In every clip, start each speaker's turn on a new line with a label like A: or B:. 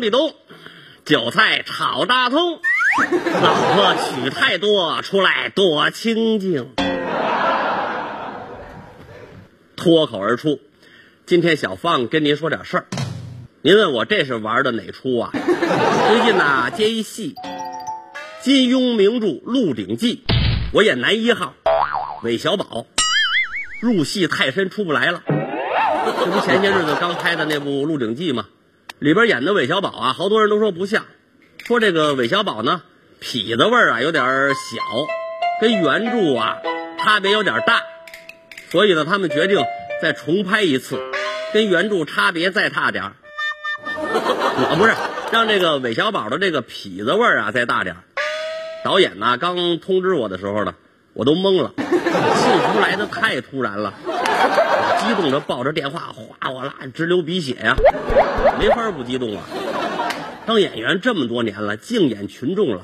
A: 壁兜，韭菜炒大葱，老婆娶太多出来多清静。脱口而出，今天小放跟您说点事儿。您问我这是玩的哪出啊？最近呐、接一戏，金庸名著《鹿鼎记》，我演男一号韦小宝，入戏太深出不来了。这不前些日子刚拍的那部《鹿鼎记》吗？里边演的韦小宝啊，好多人都说不像，说这个韦小宝呢，痞子味儿啊有点儿小，跟原著啊差别有点儿大，所以呢，他们决定再重拍一次，跟原著差别再大点儿。啊，不是，让这个韦小宝的这个痞子味儿啊再大点儿。导演呢、刚通知我的时候呢，我都懵了，幸福来的太突然了，我激动着抱着电话哗哗啦直流鼻血呀、没法不激动啊。当演员这么多年了，净演群众了，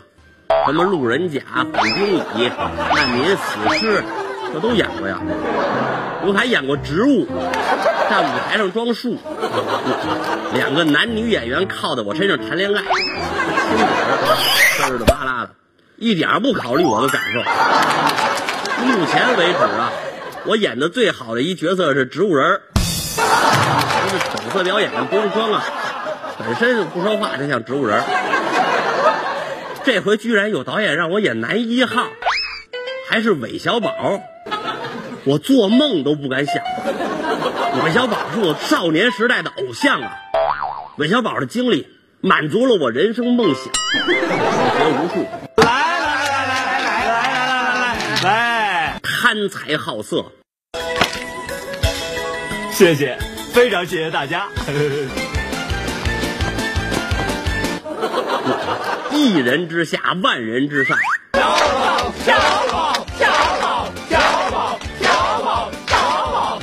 A: 什么路人甲、反兵乙、难民、死尸，这都演过呀。我还演过植物，在舞台上装树，两个男女演员靠在我身上谈恋爱，嘚儿的巴拉的，一点儿不考虑我的感受。目前为止啊，我演的最好的一角色是植物人儿，这是本色表演，不用装啊，本身不说话就像植物人儿。这回居然有导演让我演男一号，还是韦小宝，我做梦都不敢想。韦小宝是我少年时代的偶像啊！韦小宝的经历满足了我人生梦想，学无术，
B: 来来来来来来来来来来来来
A: 贪财好色，
B: 来，谢谢，非常谢谢大家。
A: 一人之下，万人之上。
B: 小宝，小宝，小宝，小宝，小宝，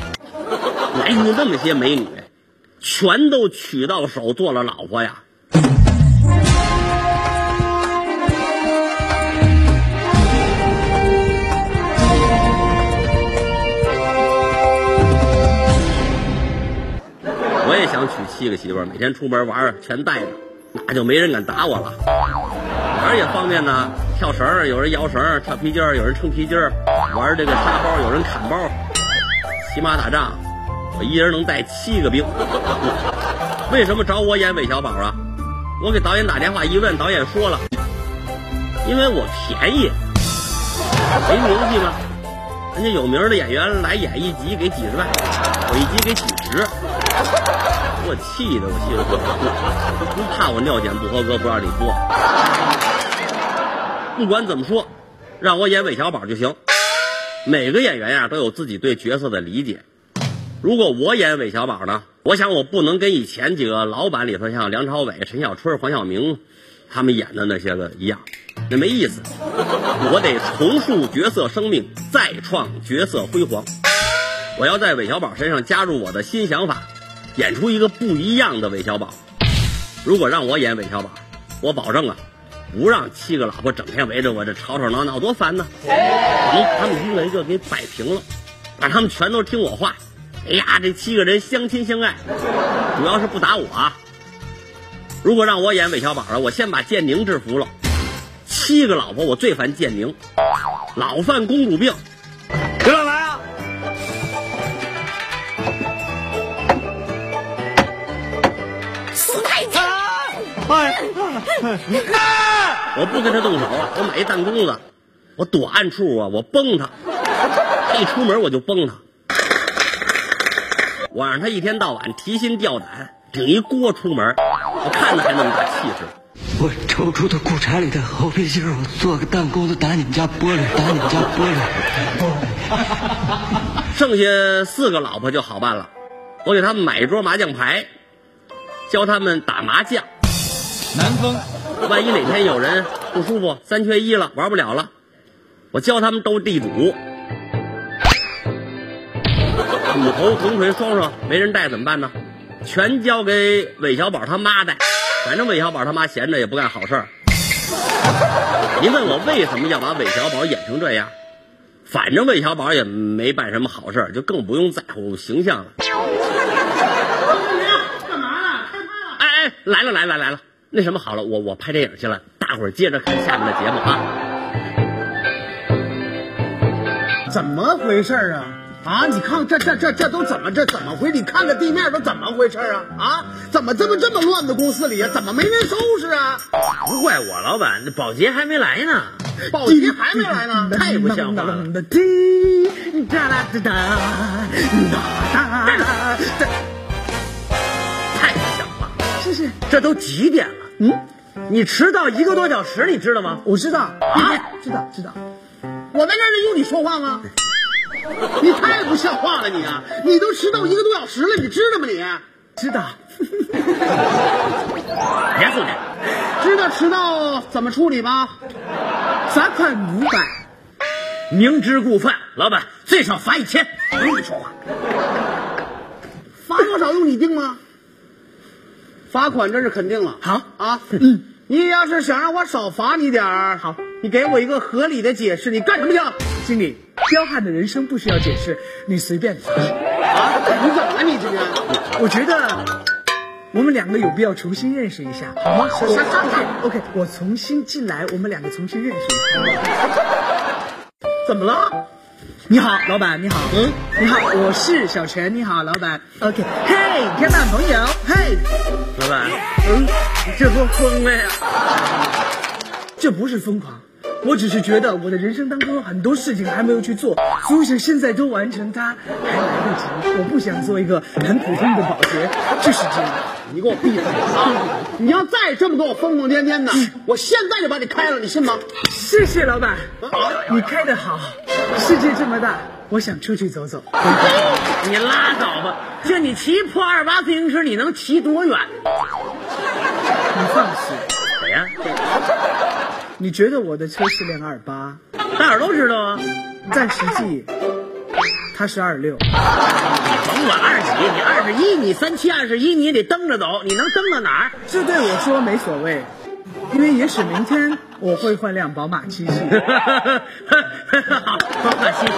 A: 来去那么些美女，全都娶到手做了老婆呀！我也想娶七个媳妇儿，每天出门玩儿全带着，那就没人敢打我了。玩儿也方便呢，跳绳儿有人摇绳儿，跳皮筋儿有人撑皮筋儿，玩儿这个沙包有人砍包，骑马打仗，我一人能带七个兵。为什么找我演韦小宝啊？我给导演打电话一问，导演说了，因为我便宜，没名气吗？人家有名儿的演员来演一集给几十万，我一集给几十，给我气的我心里不服，不怕我尿检不合格不让你播。不管怎么说，让我演韦小宝就行。每个演员呀、都有自己对角色的理解。如果我演韦小宝呢，我想我不能跟以前几个老版里头像梁朝伟、陈小春、黄晓明他们演的那些个一样，那没意思。我得重塑角色生命，再创角色辉煌。我要在韦小宝身上加入我的新想法，演出一个不一样的韦小宝。如果让我演韦小宝，我保证啊，不让七个老婆整天围着我这吵吵闹闹，多烦呢！咦，他们一个一个给摆平了，把他们全都听我话。哎呀，这七个人相亲相爱，主要是不打我啊。如果让我演韦小宝啊了，我先把建宁制服了。七个老婆，我最烦建宁，老犯公主病。
B: 别乱来啊！
C: 死太子！
B: 哎，哎，
A: 我不跟他动手，我买一弹弓子，我躲暗处啊，我崩他，他一出门我就崩他，我让他一天到晚提心吊胆，顶一锅出门，我看他还那么大气势。
D: 我抽出的裤衩里的猴皮筋儿，我做个弹弓子打你们家玻璃，打你们家玻璃。
A: 剩下四个老婆就好办了，我给他们买一桌麻将牌，教他们打麻将。
B: 南风，
A: 万一哪天有人不舒服，三缺一了，玩不了了，我教他们斗地主，土头、铜锤、双双，没人带怎么办呢？全交给韦小宝他妈带，反正韦小宝他妈闲着也不干好事儿。您问我为什么要把韦小宝演成这样？反正韦小宝也没办什么好事儿，就更不 用在乎形象了。
E: 干嘛呢？开拍了！
A: 哎哎，来了来了来了，那什么好了，我我拍电影去了，大伙儿接着看下面的节目啊。
E: 怎么回事儿啊？啊，你看这这这这都怎么这怎么回？你看这地面都怎么回事儿啊？啊，怎么这么这么乱的公司里啊？怎么没人收拾啊？
A: 不怪我老板，那保洁还没来呢。
E: 保洁还没来呢，
A: 太不像话了
E: 噔噔噔噔哒啦哒哒哒哒哒，
A: 太不像话了，
E: 这是
A: 这都几点了？
E: 嗯，
A: 你迟到一个多小时，你知道吗？
E: 我知道啊，知道知道，我在这儿能用你说话吗？你太不像话了你啊！你都迟到一个多小时了，你知道吗你？知道，
A: 严肃点，
E: 知道迟到怎么处理吗？罚款五百。
A: 明知故犯，老板最少罚一千。不用你说话，
E: 罚多少用你定吗？罚款这是肯定了。
A: 好
E: 啊，嗯，你要是想让我少罚你点儿，好，你给我一个合理的解释，你干什么去了？经理，彪悍的人生不需要解释，你随便罚。啊，你怎么了你今天？我觉得我们两个有必要重新认识一下，好吗？啥啥啥？OK，我重新进来，我们两个重新认识一下。怎么了？你好，老板，你好。嗯，你好，我是小陈。你好，老板。OK，嘿，天呐，朋友，嘿，
A: 老板，
E: 嗯，
A: 这不疯了呀？
E: 啊这不是疯狂，我只是觉得我的人生当中有很多事情还没有去做，所以想现在都完成它，还来得及。我不想做一个很普通的保洁，就是这样。嗯你给我闭嘴啊！你要再这么跟我疯疯癫癫的，我现在就把你开了，你信吗？谢谢老板，你开的好。世界这么大，我想出去走走。
A: 你拉倒吧，就你骑破二八自行车，你能骑多远？
E: 你放心，
A: 谁哎呀？
E: 你觉得我的车是辆二八，
A: 大伙儿都知道啊。
E: 但实际它是二六。
A: 甭管二几，你二十一，你三七二十一，你也得蹬着走，你能蹬到哪儿？
E: 这对我说没所谓，因为也许明天我会换辆宝马七系。
A: 好，宝马七系，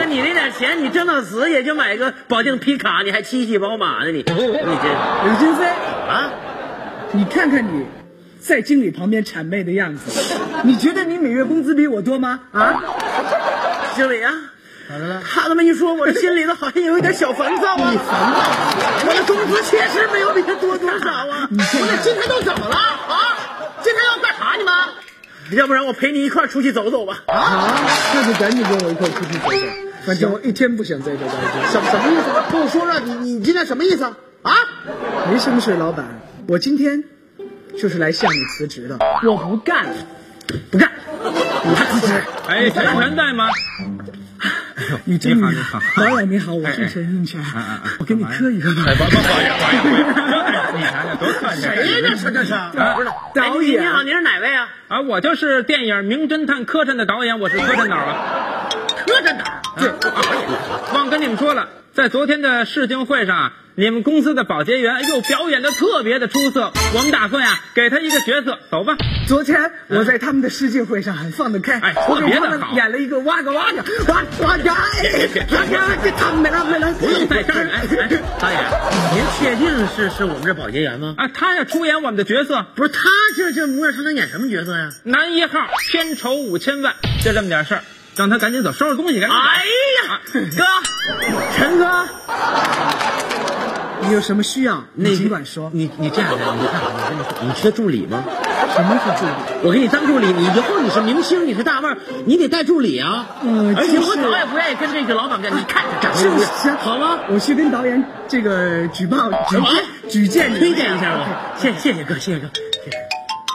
A: 就你那点钱，你挣到死也就买个保定皮卡，你还七系宝马呢，你你这
E: 李金飞，
A: 啊？
E: 你看看你，在经理旁边谄媚的样子，你觉得你每月工资比我多吗？啊？
A: 经理啊，
E: 咋的了？
A: 他这么一说，我心里头好像有一点小烦躁啊。
E: 你烦躁？
A: 我的工资确实没有比他多多少啊。
E: 你现在
A: 今天都怎么了啊？今天要干啥你们？要不然我陪你一块儿出去走走吧。
E: 啊？那就赶紧跟我一块出去走走，反正我一天不想在这待着。什什么意思？跟我说说，你你今天什么意思啊？没什么事，老板，我今天就是来向你辞职的。我不干了，不干。他辞职。
F: 哎，陈晨在吗？
E: 你经理
F: 你好你好
E: 导演你好，我是陈印泉
F: 哎哎哎，
E: 我给你磕一个吧。
F: 保保保养保养， 你瞧瞧，多啊客气！
E: 谁呀？这是这是导
A: 哎你你
E: 演
A: 好，您是哪位啊？
F: 啊，我就是电影《名侦探柯震》的导演，我是柯震导啊。
A: 搁着哪儿？
F: 忘跟你们说了，在昨天的试镜会上啊，你们公司的保洁员又表演的特别的出色，我们打算啊给他一个角色，走吧。
E: 昨天我在他们的世界会上很放得开，
F: 哎
E: 我给
F: 特别
E: 他
F: 的
E: 们
F: 好
E: 演了一个哇嘎哇嘎哇哇嘎，哎哇嘎，这他们没了没了，不
A: 不用带伤人。哎哎，导演，您确定是是我们这保洁员吗？
F: 啊，他要出演我们的角色，
A: 不是，他这这模样，他能演什么角色呀？
F: 男一号，片酬五千万，就这么点事儿，让他赶紧走，收拾东西，赶紧走。啊
A: 哎呀， 哥，
E: 陈 哥， 你有什么需要，你尽管说。
A: 你你这样的，你看啊，我跟你说，你缺助理吗？
E: 什么是助理？
A: 我给你当助理，你以后你是明星，你是大腕儿，你得带助理啊。
E: 嗯
A: 而且
E: 就是
A: 我早也不愿意跟这个老板干，你看着长
E: 是
A: 得
E: 不
A: 不
E: 是
A: 是？好吗？
E: 我去跟导演这个举报举
A: 么
E: 举荐你，
A: 推荐一下我，啊谢谢谢哥，谢谢哥，谢谢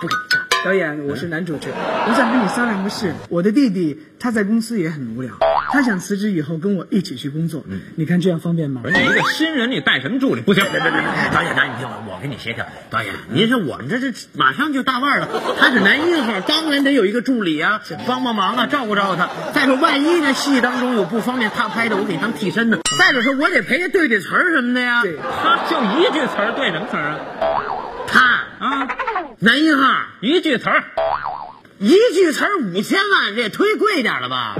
A: 不给干。
E: 导演，我是男主角，我想跟你商量个事。我的弟弟他在公司也很无聊，他想辞职以后跟我一起去工作。你看这样方便吗
F: 不？是你一个新人，你带什么助理？不行，
A: 别别别！导演，导演，你听我，我跟你协调。导演，您是我们这这马上就大腕儿了，他是男一号，当然得有一个助理啊，帮帮忙啊，照顾照顾他。再说，万一这戏当中有不方便他拍的，我给当替身呢。再者说，我得陪他对对词儿什么的呀。
E: 对
F: 他就一句词儿，对什么词
G: 啊
F: 儿
A: 他
F: 啊？啊，
A: 男一号
F: 一句词儿。
A: 一句词儿五千万，这也忒
G: 啊
A: 贵点了吧？啊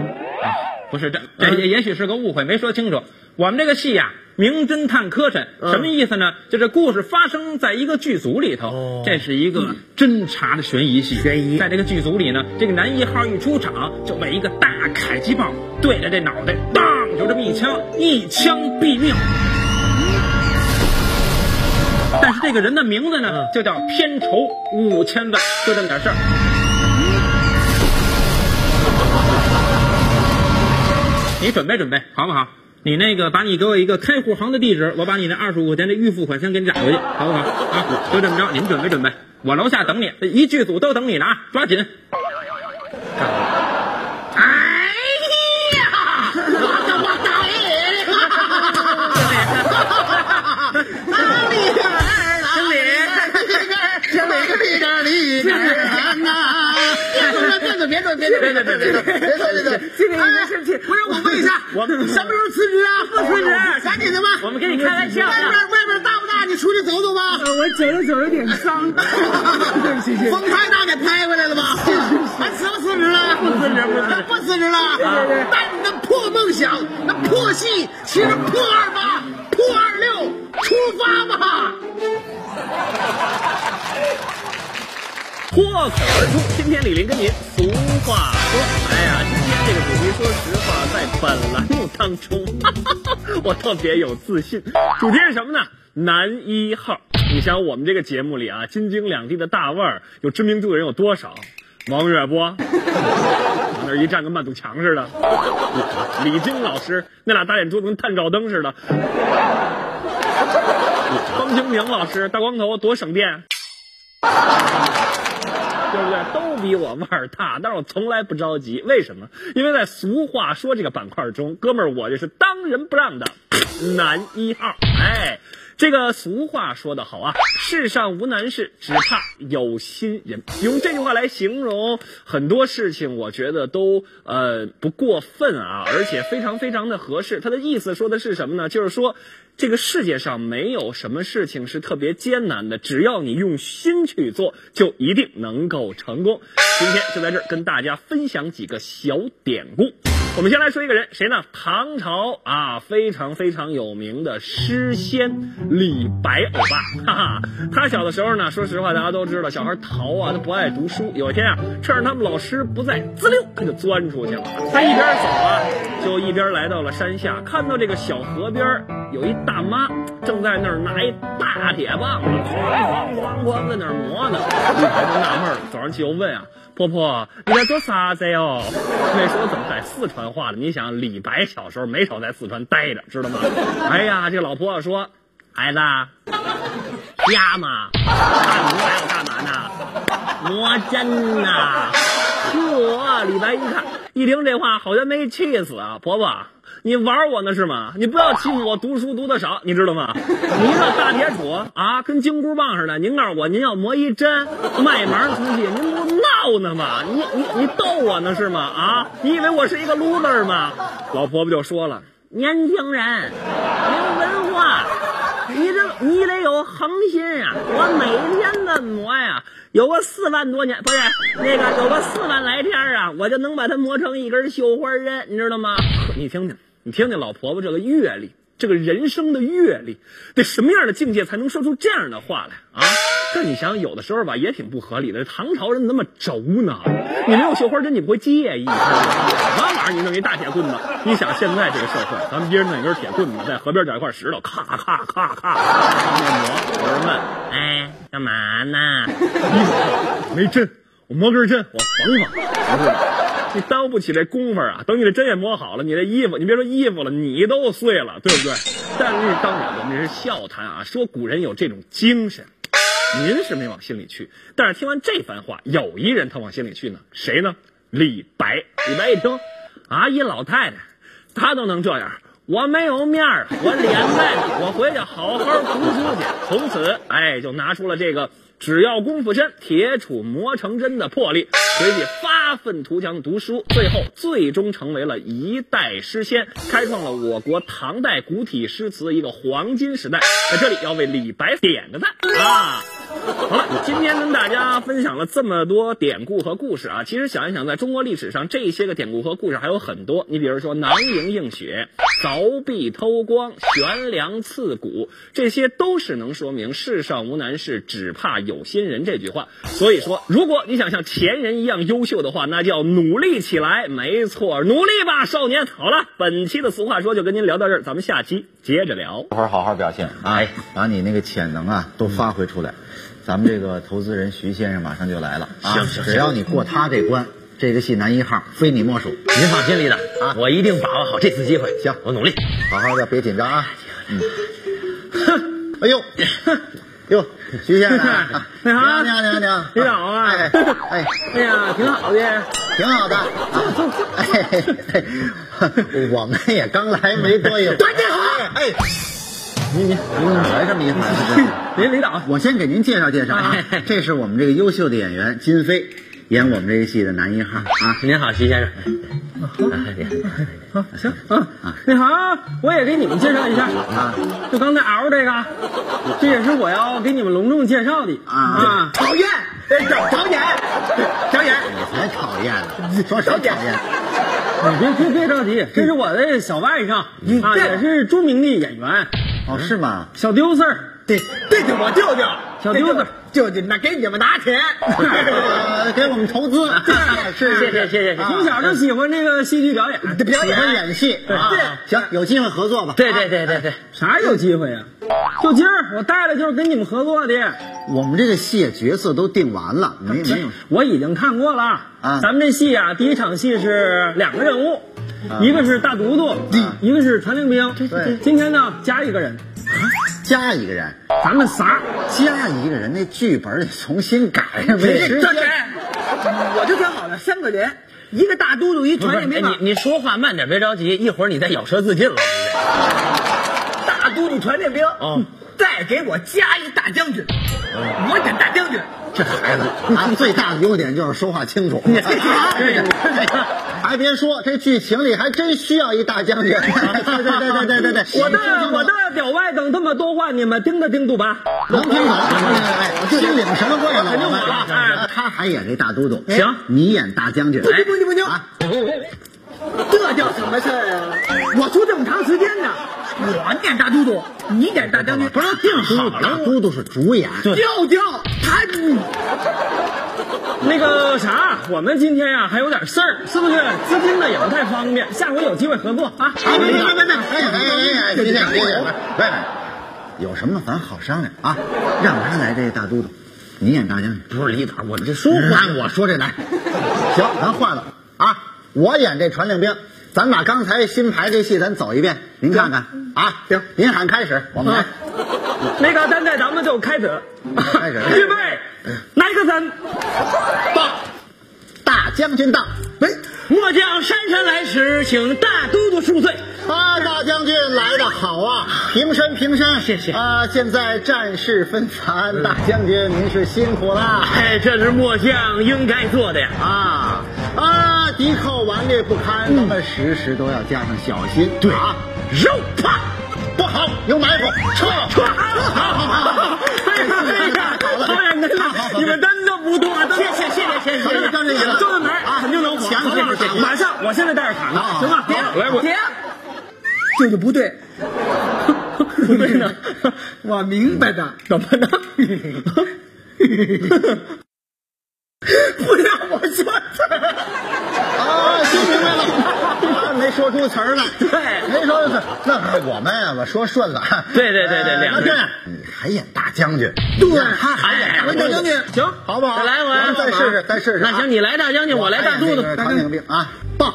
F: 不是这，这也也许是个误会，没说清楚。我们这个戏呀、
G: 名侦探柯晨，
A: 嗯
G: 什么意思呢？就这故事发生在一个剧组里
A: 哦
G: 头，这是一个侦查的悬疑戏。
H: 悬疑
G: 在这个剧组里呢，这个男一号一出场就被一个大迫击炮对着这脑袋，当就这么一枪，一枪毙命。但是这个人的名字呢，就叫片酬五千万，就这么点事儿。你准备准备，好不好？你那个把你给我一个开户行的地址，我把你那二十五块钱的预付款先给你打回去，好不好？啊，就这么着，你们准备准备，我楼下等你，这一剧组都等你呢啊，抓紧！
H: 别别别别别别别别别！经理，没事，不是我问一下，我们什么时候辞职啊？不辞职，赶紧的吧。
G: 我们跟你开玩笑呢
H: 外边外边大不大？你出去走走吧。
E: 呃
H: 我走着走着有点 伤，对不起，风太大给拍回来 了吧？还辞不辞职了？ 不辞职，不辞职，不辞职了。但你的破梦想，那破戏，骑着破二八、破二六，出发吧！
F: 脱口而出。今天李林跟您俗话说，哎呀，今天这个主题，说实话，在本栏目当中， 哈哈哈我特别有自信。主题是什么呢？男一号。你想我们这个节目里啊，京津两地的大腕儿，有知名度的人有多少？王月波，往那儿一站跟慢堵墙似的；李菁老师那俩大眼珠子跟探照灯似的；方清平老师大光头多省电，对不对？都比我腕儿大，但是我从来不着急。为什么？因为在俗话说这个板块中，哥们儿，我这是当仁不让的男一号。哎，这个俗话说得好啊，世上无难事，只怕有心人。用这句话来形容很多事情，我觉得都呃不过分啊，而且非常非常的合适。他的意思说的是什么呢？就是说，这个世界上没有什么事情是特别艰难的，只要你用心去做，就一定能够成功。今天就在这儿跟大家分享几个小典故。我们先来说一个人，谁呢？唐朝啊，非常非常有名的诗仙李白欧巴，哈哈。他小的时候呢，说实话，大家都知道，小孩淘啊，他不爱读书。有一天啊，趁着他们老师不在，滋溜他就钻出去了。他一边走啊，就一边来到了山下，看到这个小河边儿有一大妈正在那儿拿一大铁棒子，哐哐哐哐在那儿磨呢。李白就纳闷儿，早上起又问啊。婆婆，你在做啥子哟？那时候怎么带四川话了？你想，李白小时候没少在四川待着，知道吗？哎呀，这老婆婆说，孩子，压嘛，看你还要干嘛呢？磨针呐。呵，李白一看，一听这话，好像没气死啊！婆婆，你玩我呢是吗？你不要欺负我读书读的少，你知道吗？你这大铁杵啊，跟金箍棒似的。您告诉我，您要磨一针，卖忙出去，您不闹呢吗？你你你逗我呢是吗？啊，你以为我是一个 loser 吗？老婆婆就说了，年轻人，没文化。你这你得有恒心啊！我每天的磨呀，有个四万多年，不是那个有个四万来天啊，我就能把它磨成一根绣花针，你知道吗？你听听，你听听老婆婆这个阅历，这个人生的阅历，得什么样的境界才能说出这样的话来啊？但你想，有的时候吧，也挺不合理的。唐朝人怎么那么轴呢？你没有绣花针，你不会介意？什么玩意儿？你弄一大铁棍子？你想现在这个社会，咱们一人弄一根铁棍子，在河边找一块石头，咔咔咔咔，面磨。有人问，哎，干嘛呢？你说没针，我磨根针，我缝缝。不是，你耽误不起这功夫啊。等你这针也磨好了，你这衣服，你别说衣服了，你都碎了，对不对？但是当然，我们这是笑谈啊，说古人有这种精神。您是没往心里去，但是听完这番话，有一人他往心里去呢，谁呢？李白。李白一听，啊，一老太太，她都能这样，我没有面儿，我脸在，我回去好好读书去。从此，哎，就拿出了这个只要功夫深，铁杵磨成针的魄力，回去发愤图强读书，最后最终成为了一代诗仙，开创了我国唐代古体诗词的一个黄金时代。在这里要为李白点个赞啊！
I: 好了，今天跟大家分享了这么多典故和故事啊，其实想一想，在中国历史上这些个典故和故事还有很多。你比如说囊萤映雪、凿壁偷光、悬梁刺股，这些都是能说明“世上无难事，只怕有心人”这句话。所以说，如果你想像前人一样优秀的话，那就要努力起来。没错，努力吧，少年。好了，本期的俗话说就跟您聊到这儿，咱们下期接着聊。
H: 一会儿好好表现
F: 哎
H: 啊，把你那个潜能啊都发挥出来。咱们这个投资人徐先生马上就来了啊，
A: 行行
H: 只要你过他这关，这个戏男一号非你莫属。
A: 您放心，李导
H: 啊
A: 我一定把握好这次机会。
H: 行
A: 我努力。
H: 好好的，别紧 张啊。嗯，哎呦， 哟，徐先生啊，
F: 哎呀
H: 你好，你好，你好，
F: 你好啊
H: 哎哎，
F: 哎呀，挺好的。
H: 挺好的。哎， 我们也刚来没多一会儿。 大家好，哎，您您您来这么 一会儿。
F: 您李导，
H: 我先给您介绍介绍啊，这是我们这个优秀的演员金飞，演我们这个戏的男一号啊。
A: 您好，徐先生。
F: 啊行啊，那啥，我也给你们介绍一下
H: 啊，
F: 就刚才嗷这个，这也是我要给你们隆重介绍的
H: 啊
E: 讨厌，哎导导演，导演，
H: 你才讨厌呢，说什么讨厌？
F: 你别别别着
H: 嗯
F: 急，这是我的小外甥啊，也是著名的演员嗯
H: 哦，是吗？
F: 小丢丝儿。
E: 对对对，我舅舅，
F: 小丢子
E: 舅舅，那给你们拿 钱，
H: 呃给我们投资，是是是是是，
F: 从小就喜欢这个戏剧表演，
H: 这啊表演演戏啊，行，有机会合作吧。
A: 对对对对对，
F: 啥有机
E: 啊
F: 会呀、就今儿我带来就是跟你们合作的，
H: 我们这个戏角色都定完了，没没有
F: 我已经看过了。
H: 啊
F: 咱们这戏啊，第一场戏是两个人物，
E: 啊
F: 一个是大独独，
E: 嗯
F: 啊一个是传令兵。
H: 对
F: 今天呢加一个人，
H: 加一个人，
F: 咱们仨。
H: 加一个人，那剧本得重新改，没时
E: 这这
H: 间。，
E: 我就想好了，三个人，一个大都督，一
A: 不是
E: 传令兵啊嘛
A: 哎，你你说话慢点，别着急，一会儿你再咬舌自尽了。
E: 大都督传令兵，
A: 哦
E: 再给我加一大将军，
F: 嗯
E: 我得大将军，
H: 这孩子啊，最大的优点就是说话清楚。还别说，这剧情里还真需要一大将军。对对对对对对对，
F: 我的我的表外等这么多话，你们听得清楚吧？
H: 能听懂，哎，我就领什么贵了，我们。他还演这大都督，
F: 行
H: 你演大将军。
E: 不行不行不
F: 哎
E: 行
H: 啊，
E: 这叫什么事儿啊？我出这么长时间呢，我演大都督，你演大将军，
H: 不是定好了，都督是主演。
E: 舅舅他
F: 那个啥，我们今天呀、还有点事儿，是不是？资金呢也不太方便，下回有机会合作啊。
H: 啊，别别别别别！哎哎哎哎，别别别别别！哎有什么咱好商量啊，让他来这大都督，你演大将军。
A: 不是李导，我这说
H: 按我说这来，行，咱换了啊！我演这传令兵，咱把刚才新排这戏咱走一遍，您看看啊。行，啊您喊开始，我们来。
F: 那个，现在咱们就开始，
H: 开始
F: 预备，来个三，
H: 到，大将军到。哎喂，
F: 末将姗姗来迟，请大都督恕罪。
H: 啊，大将军来的好啊！平身，平身，谢嗯谢。啊，现在战事纷繁，大将军您是辛苦啦。
F: 哎，这是末将应该做的呀。
H: 啊啊！敌寇顽劣不堪，咱们时时都要加上小心。对啊，
F: 肉啪，
H: 不好，有埋伏，撤
F: 啪！哎呀哎呀，导演您了，你们真的不多，谢谢谢谢谢
H: 谢谢
F: 张演正着门啊，肯定能火，
H: 强
F: 好不好
H: 强强
F: 马上，我现在带着毯子，
H: 好好
F: 行吧？
H: 好来我
F: 停，
E: 舅舅不对，
F: 不对呢，
E: 我明白的，
F: 怎么呢？
E: 不让我说字儿。
H: 啊，听明白了，啊，没说出词儿来，
F: 对
H: 没说出词儿。那我们啊，我说顺了。
F: 对对对对
H: 呃
F: 两个
H: 那这样，你还演大将军？对，他还演大将军，
F: 行
H: 好不好？
A: 再来我
H: 咱们再试试，再试试啊。哎
A: 那行，你来大将军，我来大都督。
H: 传令兵啊，报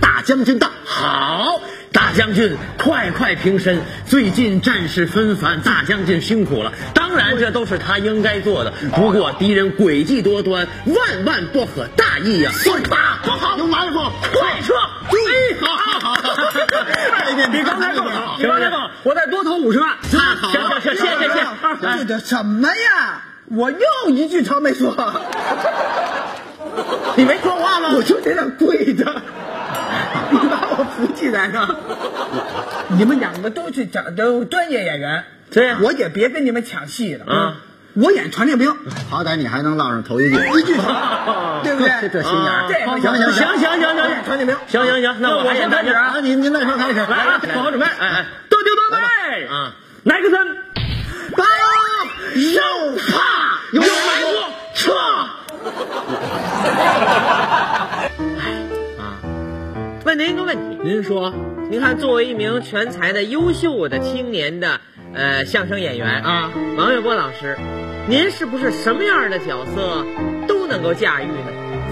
H: 大将军到。
A: 好，大将军，快快平身！最近战事纷繁，大将军辛苦了。当然，这都是他应该做的。不过敌人诡计多端，万万不可大意呀、
H: 算他不好，有埋伏，
F: 快撤！哎，
H: 好好好好。
F: 你刚才够了，你刚才够了，我再多投五十万。
H: 太好了，
F: 行行行谢谢谢谢
H: 行
E: 舅舅什么呀？我又一句成没说，
H: 你没说话吗
E: 我？就这点跪着，你把我扶起来呢。你们两个都去找都专业演员，
F: 对呀
E: 我也别跟你们抢戏了
F: 啊！
E: 我演传令兵，
H: 好歹你还能落上头一句，一句
E: 对不对？
H: 这这心眼儿，
E: 这个
H: 行行行
F: 行行
E: 我演传令兵，
F: 行行行，那我还演大
E: 先开
F: 家
E: 始
H: 啊，您您那时候开始，
F: 来来，做好准备，哎哎，斗丢斗备，
H: 啊，
F: 来个三，
E: 当又怕
F: 有埋伏，撤。
A: 问您一个问题，
F: 您说
A: 您看，作为一名全才的优秀的青年的呃相声演员，
F: 啊，
A: 王月波老师，您是不是什么样的角色都能够驾驭呢？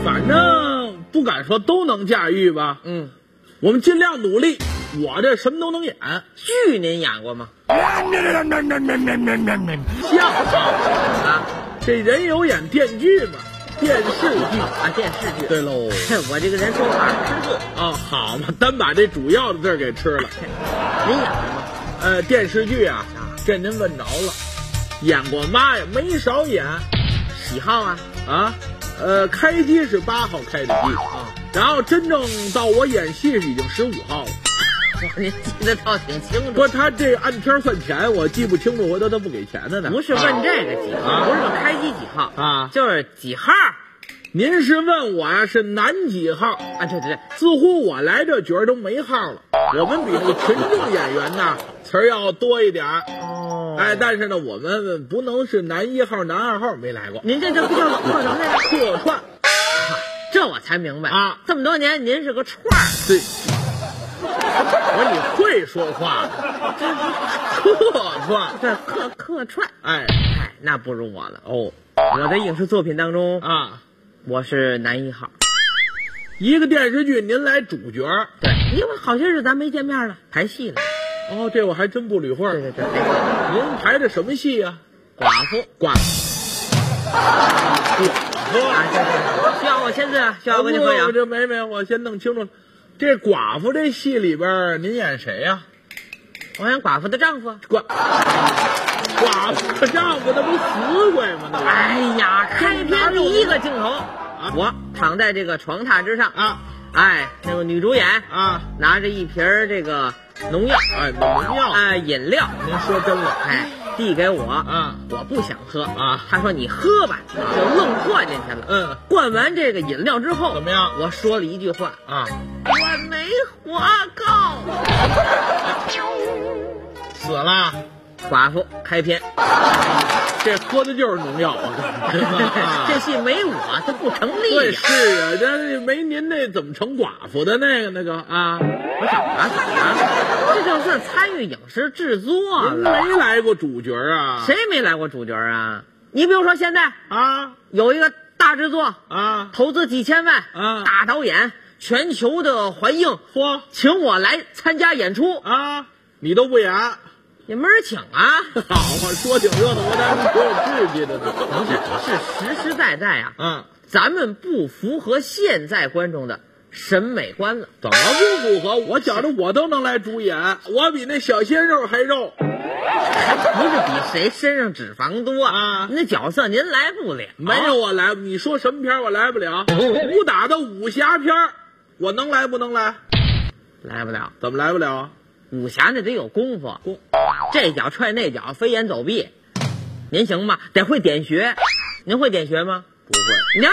F: 反正不敢说都能驾驭吧，
A: 嗯，
F: 我们尽量努力。我这什么都能演，
A: 剧您演过吗？
F: 相声啊，这人有演电锯嘛，电视剧。
A: 啊，电视剧。
F: 对喽，
A: 我这个人说话吃字，
F: 啊，好嘛，单把这主要的字儿给吃
A: 您
F: 了。
A: 演过吗？
F: 呃，电视剧啊，这您问着了，演过妈呀，没少演
A: 喜好啊？
F: 啊。呃，开机是八号开的机
A: 哦
F: 啊，然后真正到我演戏是已经十五号了。
A: 哇，您记得倒挺清
F: 不
A: 楚。
F: 过他这按天儿算钱，我记不清楚，回头他不给钱的呢。
A: 不是问这个几号，
F: 啊
A: 不是问开机几号
F: 啊
A: 就是几号
F: 您是问我呀、是男几号？
A: 啊？对对对，
F: 似乎我来这角儿都没号了。我们比那个群众演员呐词儿要多一点儿。
A: 哦
F: 哎，但是呢，我们不能是男一号、男二号没来过，
A: 您这这不叫做什么来着？
F: 客串。
A: 这我才明白
F: 啊！
A: 这么多年您是个串儿，
F: 对， 我说你会说话，客串。
A: 这客客串。
F: 哎，
A: 哎，那不如我了哦。我的影视作品当中，
F: 啊，
A: 我是男一号。
F: 一个电视剧您来主角儿，
A: 对，因为好些日子咱没见面了，排戏呢。
F: 哦，这我还真不捋会儿。
A: 对对对，哎
F: 您排的什么戏呀、
A: 寡妇
F: 寡
A: 啊，对对对，需要我签字啊？需要我给你合
F: 不
A: 影？
F: 哦这没没，我先弄清楚了。这寡妇这戏里边儿，您演谁呀、
A: 我演寡妇的丈夫。
F: 寡寡妇丈夫那不死鬼吗？那不
A: 哎呀，开篇第一个镜头，我躺在这个床榻之上
F: 啊，
A: 哎，那个女主演
F: 啊，
A: 拿着一瓶儿这个农药，
F: 哎，农药，
A: 哎，饮料，
F: 您说真了
A: 哎，递给我
F: 啊，
A: 我不想喝
F: 啊
A: 他说你喝吧，就愣灌进去了。
F: 嗯，
A: 灌完这个饮料之后
F: 怎么样
A: 我说了一句话，
F: 啊？
A: 我没活够。
F: 死了，
A: 寡妇开篇，
F: 这喝的就是农药，我告诉您啊
A: 这戏没我它不成立
F: 对
A: 呀、
F: 是啊，这没您那怎么成寡妇的那个那个啊？
A: 我怎么了？怎么了？这就算参与影视制作
F: 您
A: 了。
F: 没来过主角啊？
A: 谁没来过主角啊？你比如说现在
F: 啊
A: 有一个大制作，
F: 啊？
A: 投资几千万，
F: 啊
A: 大导演，全球的环映，
F: 嚯
A: 请我来参加演出，
F: 啊！你都不演，
A: 也没人请啊。
F: 好嘛，说挺热闹，我咋说有志气的呢？
A: 不是，是实实在在啊，
F: 啊，
A: 咱们不符合现在观众的审美观了。
F: 怎么不符合？我觉着我都能来主演，我比那小鲜肉还肉。
A: 不是比谁身上脂肪多
F: 啊
A: 那角色您来不了，
F: 没有我来，你说什么片儿我来 不了？武打的武侠片儿，我能来不能来？
A: 来不了。
F: 怎么来不了啊？
A: 武侠那得有功夫，
F: 功
A: 这脚踹那脚，飞檐走壁，您行吗？得会点穴，您会点穴吗？
F: 不会，
A: 你看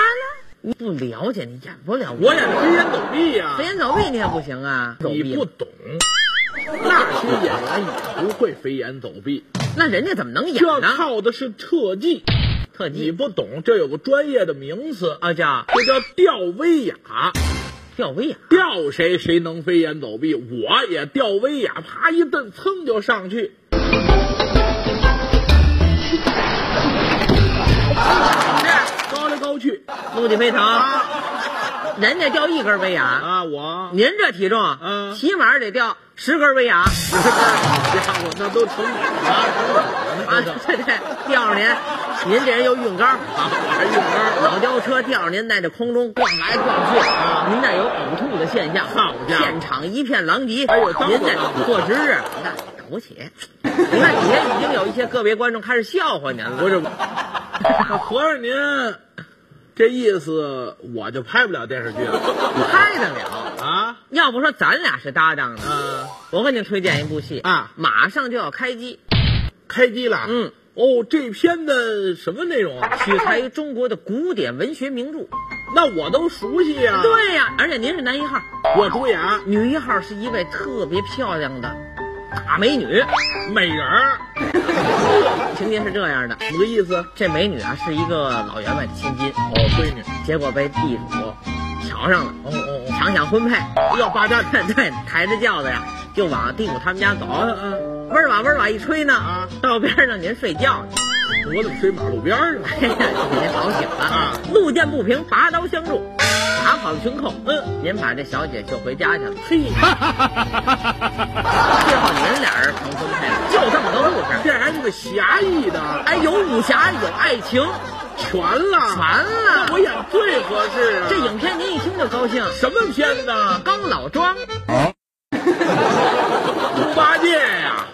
A: 你不了解，你演不了。
F: 我演的飞檐走壁呀、
A: 飞檐走壁你也不行啊，走
F: 你
A: 壁
F: 不懂，那些演员也不会飞檐走壁，
A: 那人家怎么能演
F: 这
A: 呢？
F: 靠的是特技。
A: 特
F: 你
A: 技
F: 不懂，这有个专业的名词，
A: 啊叫
F: 这叫吊威亚。
A: 吊威亚，
F: 吊谁谁能飞檐走壁，我也吊威亚，啪一蹬，噌就 上去。这哎高来高去
A: 陆地飞腾，
F: 啊
A: 人家吊一根威亚，
F: 啊！我
A: 您这体重，
F: 嗯
A: 起码得掉十根威亚
F: 好家伙，那都成
A: 啊！
F: 啊！
A: 对对，吊着您，您这人有运高，
F: 还运杆
A: 老吊车吊着您在这空中逛来逛去，
F: 啊
A: 您那有呕吐的现象，
F: 好家伙
A: 现场一片狼藉，
F: 哎呦当
A: 您
F: 然
A: 这
F: 了
A: 坐值日，那苟且。你看底下已经有一些个别观众开始笑话您了，
F: 不是，
A: 啊
F: 合着您这意思，我就拍不了电视剧了
A: 拍得了。
F: 啊？
A: 要不说咱俩是搭档呢，
F: 嗯，
A: 我给您推荐一部戏
F: 啊
A: 马上就要开机，
F: 开机了。
A: 嗯，
F: 哦，这篇的什么内容啊？
A: 取材于中国的古典文学名著。
F: 那我都熟悉呀、
A: 对呀、而且您是男一号，
F: 我主演
A: 女一号是一位特别漂亮的大美女。
F: 美人儿，
A: 情节是这样的，
F: 什么意思？
A: 这美女啊是一个老员外的千金，
F: 哦，闺女，
A: 结果被地主瞧上了，
F: 哦哦哦，
A: 强想婚配，
F: 要霸占，
A: 对，抬着轿子呀就往地主他们家走，
F: 嗯嗯，
A: 嗡儿瓦嗡儿瓦一吹呢，
F: 啊
A: 到边上您睡觉呢，
F: 我怎么睡马路边儿呢？
A: 哎呀，给您吵醒了
F: 啊！
A: 路见不平，拔刀相助，打跑了群寇。嗯，您把这小姐救回家去了。嘿，最后你们俩人成婚配了，就这么个故事。
F: 这还是个侠义的，
A: 哎，有武侠，有爱情，
F: 全了，
A: 全了。
F: 我演最合适啊！
A: 这影片您一听就高兴，
F: 什么片子？啊？
A: 刚老庄
F: 猪八戒呀、